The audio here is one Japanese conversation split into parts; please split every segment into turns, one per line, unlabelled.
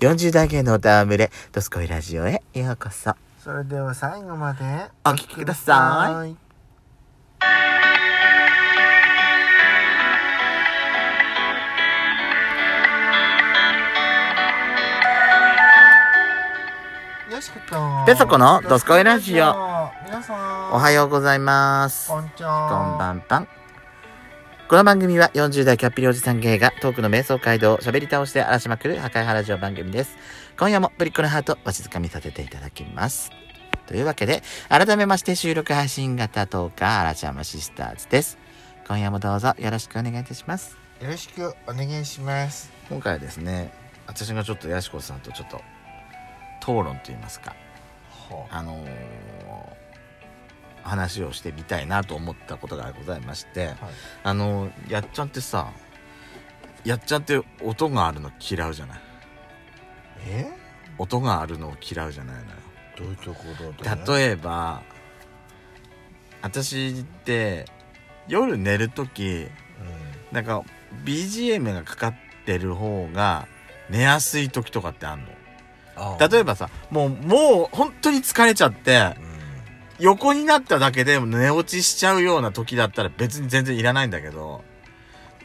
40代芸能ダームレ、ドスコイラジオへようこそ。
それでは最後まで
お聞きくださ
い。よしこと。
ペソコのドスコイラジオ。
皆さん。
おはようございます。
こんちは。
こんばんぱん。この番組は40代キャッピリおじさん芸がトークの瞑想街道を喋り倒して荒らしまくる破壊原城番組です。今夜もプリッコのハートをわしづかみさせていただきます。というわけで、改めまして収録配信型トーカー荒ちゃまシスターズです。今夜もどうぞよろしくお願いいたします。
よろしくお願いします。
今回はですね、私がちょっとやしこさんとちょっと討論といいますか、
ほ
あの話をしてみたいなと思ったことがございまして、
う。はい。
あのやっちゃんってさやっちゃんって音があるの嫌うじゃない
え？
音があるのを嫌うじゃないのよ
どういうところだ、
例えば私って夜寝る時なんか BGM がかかってる方が寝やすい時とかってあんの
うん、
例えばさもうもう本当に疲れちゃって
うん
横になっただけで寝落ちしちゃうような時だったら別に全然いらないんだけど、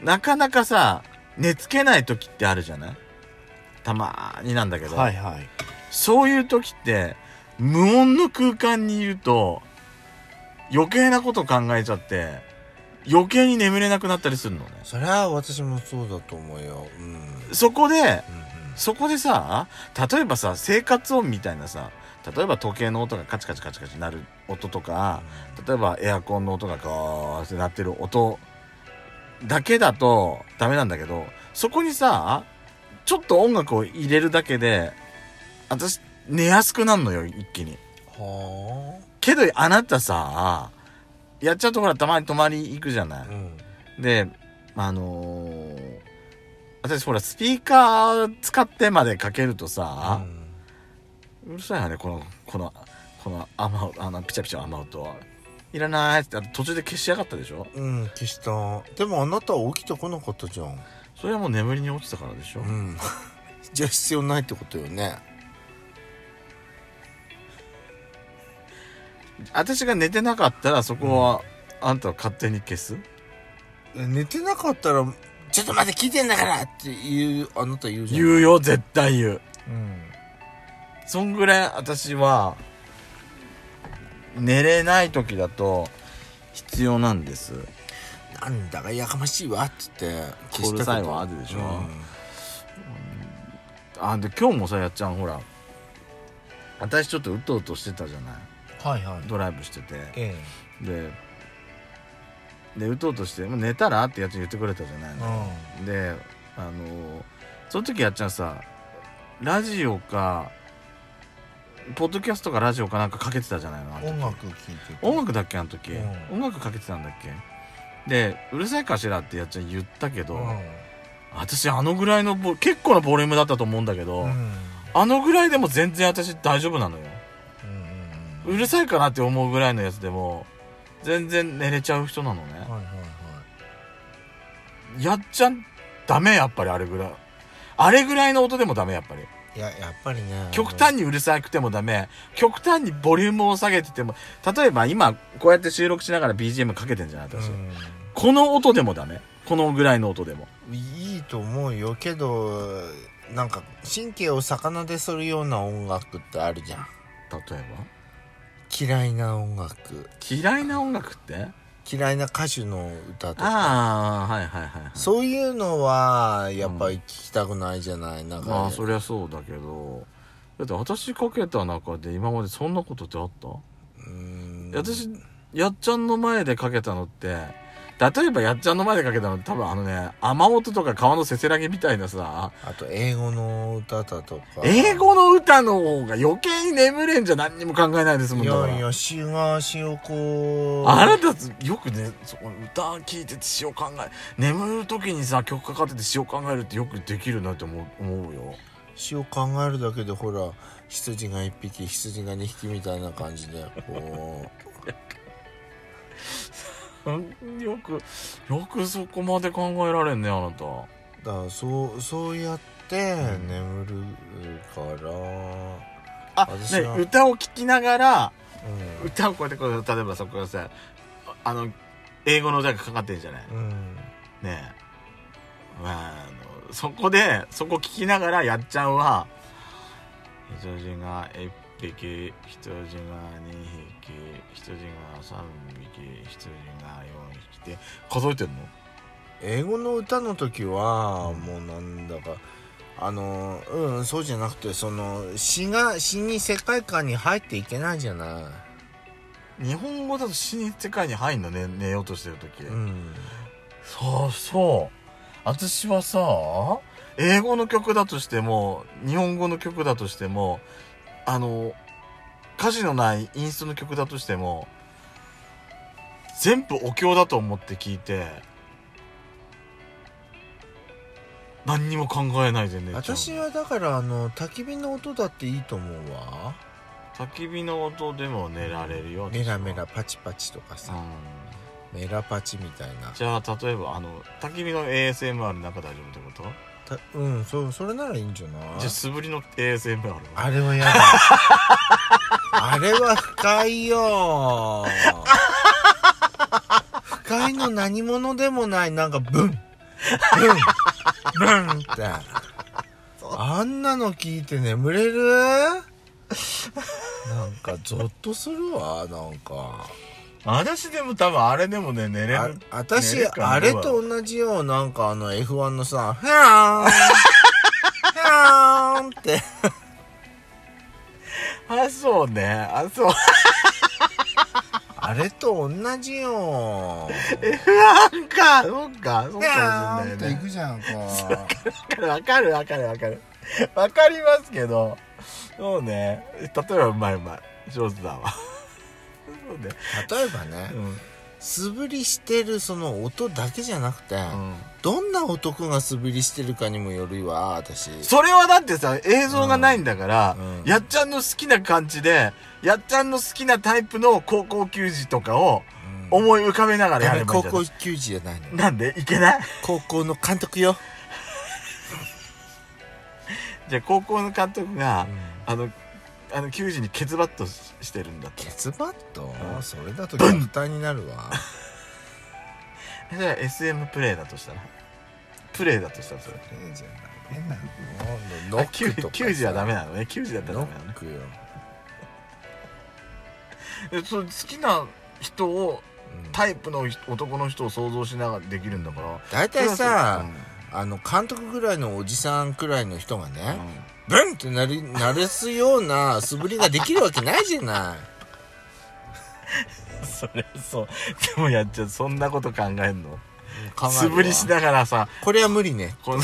なかなかさ、寝つけない時ってあるじゃないたまーになんだけど、
はいはい。
そういう時って、無音の空間にいると、余計なこと考えちゃって、余計に眠れなくなったりするのね。
それは私もそうだと思うよ。うん。うんうん
そこで、そこでさ、例えばさ、生活音みたいなさ、例えば時計の音がカチカチカチカチなる音とか、例えばエアコンの音がガーって鳴ってる音だけだとダメなんだけどそこにさちょっと音楽を入れるだけで私寝やすくなるのよ一気に
は
けどあなたさやっちゃうとほらたまに泊まり行くじゃな
あ。
い
うん。
であのー私ほらスピーカー使ってまでかけるとさ、うるさいわねこのこのこの雨音あのピチャピチャ雨音はいらないっつって途中で消しやがったでしょ
うん。うん、消した。でもあなたは起きてこなかったじゃん。
それはもう眠りに落ちたからでしょ、
ん。 じゃあ必要ないってことよね。
私が寝てなかったらそこは、あんたは勝手に消す
寝てなかったら、ちょっと待って聞いてんだからっていう、あなた言うじゃん。
言うよ絶対言う
うん。
そんぐらい私は寝れない時だと必要なんです
なんだかやかましいわっつって消したけど
うるさいわあるでしょ
うん
あで今日もさやっちゃんほら私ちょっとうとうとしてたじゃない
はいはい。
ドライブしてて
え
ででうとうとして「もう寝たら?」ってやっちゃん言ってくれたじゃない
え。
の、であのーその時やっちゃんさラジオかポッドキャストかラジオかなんかかけてたじゃないのあの時
音楽聴いてて
音楽だっけあの時、
うん
音楽かけてたんだっけで「うるさいかしら?」ってやっちゃん言ったけど、
う
私あのぐらいのボ結構なボリュームだったと思うんだけど、
ん。うん。
あのぐらいでも全然私大丈夫なのよ、
うん
うるさいかなって思うぐらいのやつでも全然寝れちゃう人なのね、
はいはいはい。
やっちゃんダメやっぱりあれぐらいあれぐらいの音でもダメやっぱり
いや、やっぱりね。
極端にうるさくてもダメ極端にボリュームを下げてても例えば今こうやって収録しながら BGM かけてんじゃない私、
う
この音でもダメこのぐらいの音でも
ん、いいと思うよけどなんか神経を逆なでするような音楽ってあるじゃん
例えば
嫌いな音楽
嫌いな音楽って
嫌いな歌手の歌とか
ああはいはいはいはい
そういうのはやっぱり聞きたくないじゃない、なんか、
まあそりゃそうだけどだって私かけた中で今までそんなことってあった、
うん
私やっちゃんの前でかけたのって例えばやっちゃんの前でかけたの多分あのね雨音とか川のせせらぎみたいなさ
あと英語の歌だとか
英語の歌の方が余計に眠れんじゃ何にも考えないですもん
い
だから
やいや詩が詩をこう
あなたよくねそこ歌聴いてて詩を考え眠る時にさ曲かかってて詩を考えるってよくできるなって思う思うよ
詩を考えるだけでほら羊が1匹羊が2匹みたいな感じでこう。
うんよくよくそこまで考えられんねあなた
だからそうそうやって
うん
眠る、うから、
あ、
私
ね
は、
歌を聴きながら、
う
歌をこうやってこう、例えばそこがさ、あの、英語の歌がかかってるじゃない。ね
ん、うん、
え。まあ、あのそこで、そこ聴きながらやっちゃんは、羊が1匹、羊が2匹、羊が3匹、羊が4匹って数えてんの
英語の歌の時は、もうなんだかあのうんそうじゃなくてその詩が詩に世界観に入っていけないじゃな
日本語だと死に世界に入んのね、寝ようとしてる時。
い、うん、
そうそう。私はさ、英語の曲だとしても、日本語の曲だとしても、あの、歌詞のないインストの曲だとしても、全部お経だと思って聞いて、何にも考えないでね。
私はだからあの焚き火の音だっていいと思うわ
焚き火の音でも寝られるよ。
メラメ
う
ラパチパチとかさ、
ん。
メラパチみたいな
じゃあ、例えば、あの、焚き火の ASMR の中大丈夫ってこと
たうんそうそれならいいんじゃない
じゃあ、素振りの ASMR は
あれはやだあれは不快よ不快の何者でもないなんかブンブンブンってあんなの聞いて眠れるなんかゾッとするわなんか
私でも多分あれでもね寝れ
あ
る寝
私
れるかな
あれと同じようなんかあの F1 のさ「フャーンフャーン」って
あそうねあそう
あれと同じよ
F1 かそうかそうかもし
ー
れ
ン
ないね
じゃんか。
わかるわかるわかるわかりますけどそうね例えばうまいうまい上手だわそうね
例えばね
う、ん、
素振りしてるその音だけじゃなくて、
うん、
どんな男が素振りしてるかにもよるわ、私。
それはだってさ映像がないんだから、
うんうん
やっちゃんの好きな感じでやっちゃんの好きなタイプの高校球児とかを
い
思い浮かべながらやればいいん
高
じゃな
校
い
球児じゃないの。
なんでいけない
高校の監督よ。
じゃあ高校の監督が、
うん
あのあの球児にケツバットししてるんだって
ケツバット
うん
それだと虐待にな るわ。
じゃあ SM プレイだとしたらプレイだとしたらそれ
いいじゃないねノ
あ球
ックとかさ。
球児はダメなのね球児だったらダ
ノ
メなの
ッ
ね
クよ。
えそう好きな人を
うん
タイプの人男の人を想像しながらできるんだから
大体さ
うん、
あの、監督ぐらいのおじさんくらいの人がね、
うん
ブンってなり、鳴らすような素振りができるわけないじゃない。
それそうでもやっちゃうそんなこと考えんの
考える わ
素振りしながらさ
これは無理ね。
この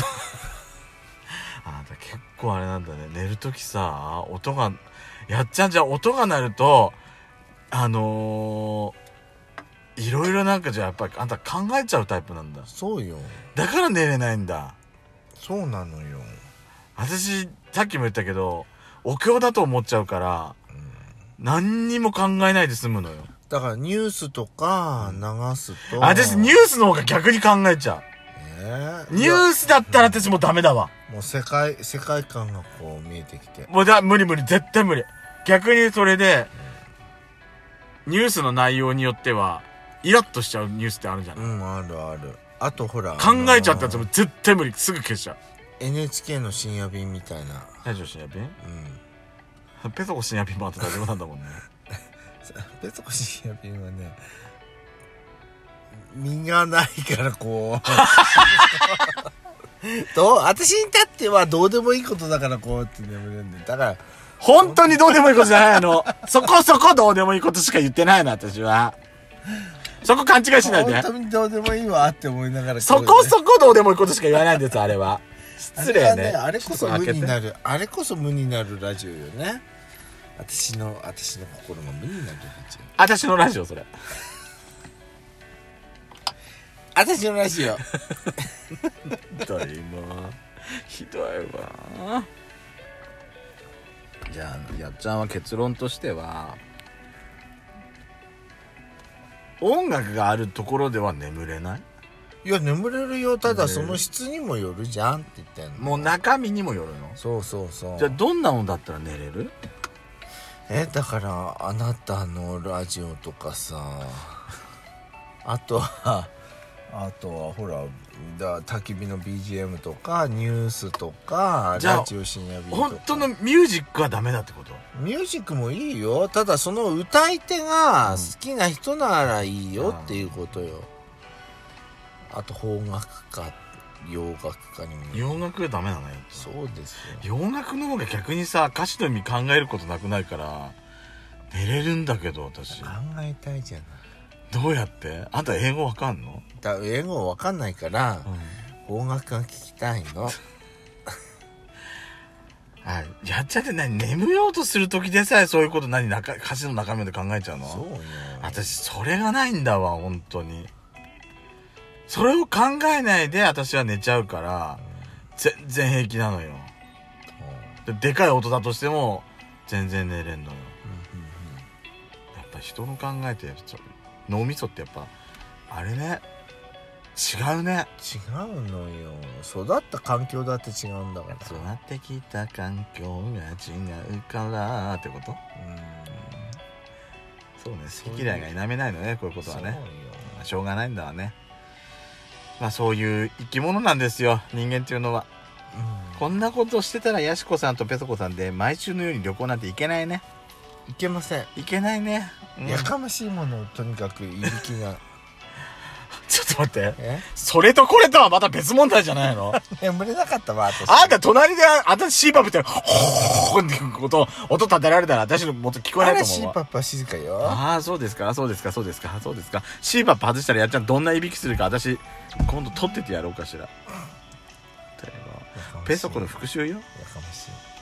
あなた結構あれなんだね寝る時さ音がやっちゃんじゃん音が鳴るとあのーいろいろなんかじゃあやっぱりあんた考えちゃうタイプなんだ
そうよ。
だから寝れないんだ
そうなのよ。
私さっきも言ったけどお経だと思っちゃうから何にも考えないで済むのよ
だからニュースとか流すと。
あ私ニュー
ス、
スの方が逆に考えちゃ
え
うニ
いや
ュースだったら私もうダメだわ
もう世界、世界観がこう見えてきて。
もうだ、無理無理、絶対無理。逆にそれで、ニュースの内容によっては、イラッとしちゃうニュースってあるじゃ。
うんん、あるある。あとほら。
考えちゃったやつ
あ
も
のー
絶対無理、すぐ消しちゃう。
NHK の深夜便みたいな。
大丈夫、深夜便
うん。
ペソコ深夜便もあって大丈夫なんだもんね。
ペソコ深夜便はね、身がないからこ う。どう私にとってはどうでもいいことだからこうやって眠れるんで。だから、
本当にどうでもいいことじゃないあの。 そこそこどうでもいいことしか言ってないの、私は。そこ勘違いしない
本
で。
当にどうでもいいわって思いながら
そこそこどうでもいいことしか言わないんです、あれは。失
あれは
礼
ね
ね。
あれこそ
ちょっと
無
開け
に
て
なる。あれこそ無になるラジオよね。私の、私の心が無になるラジオ。
私のラジオ、それ。
私のラジオ。
ひどいわひどいわじゃあやっちゃんは結論としては音楽があるところでは眠れない
いや眠れるよただ
ね
その質にもよるじゃんって言ってんの
もう中身にもよるの
そうそうそう
じゃあどんなのだったら寝れる
えだからあなたのラジオとかさあとはあとはほらだ焚き火の BGM とかニュースとか
じゃあ
ラジオ深夜便とか
本当のミュージックはダメだってこと
ミュージックもいいよただその歌い手が好きな人ならいいよっていうことよ、あと邦楽家洋楽家にも
洋楽はダメなのよ
そうですよ
洋楽の方が逆にさ歌詞の意味考えることなくないから寝れるんだけど私
考えたいじゃない
どうやってあんた英語わかんの、
だ英語わかんないから邦楽が聞きたいの
はいやっちゃって何眠ようとする時でさえそういうこと何中歌詞の中身で考えちゃうの
そうよ
私それがないんだわ本当にそれを考えないで私は寝ちゃうから全然平気なのよででかい音だとしても全然寝れんのよやっぱ人の考えってやっぱちょ脳みそってやっぱあれね違うね
違うのよ育った環境だって違うんだから
育ってきた環境が違うからってことそうね好き嫌いが否めないのねこういうことはねまあしょうがないんだわねまあそういう生き物なんですよ人間っていうのはこんなことしてたらやしこさんとペソコさんで毎週のように旅行なんて行けないね
いけません
行けないね、うん
やかましいものをとにかくいび きが
ちょっと待って
え
それとこれとはまた別問題じゃないの
眠れなかったわ私
あんた隣で私シーパブってホーンっていうこと音立てられたら私のもっと聞こえ
あ
ない
れ
と
シ
思う
ー
わ
パッパ静かよ
ああそうですかそうですかそうですかそうですかシーパップ外したらやっちゃんどんないびきするか私今度取っててやろうかしらだよペソコの復讐よ
やかましい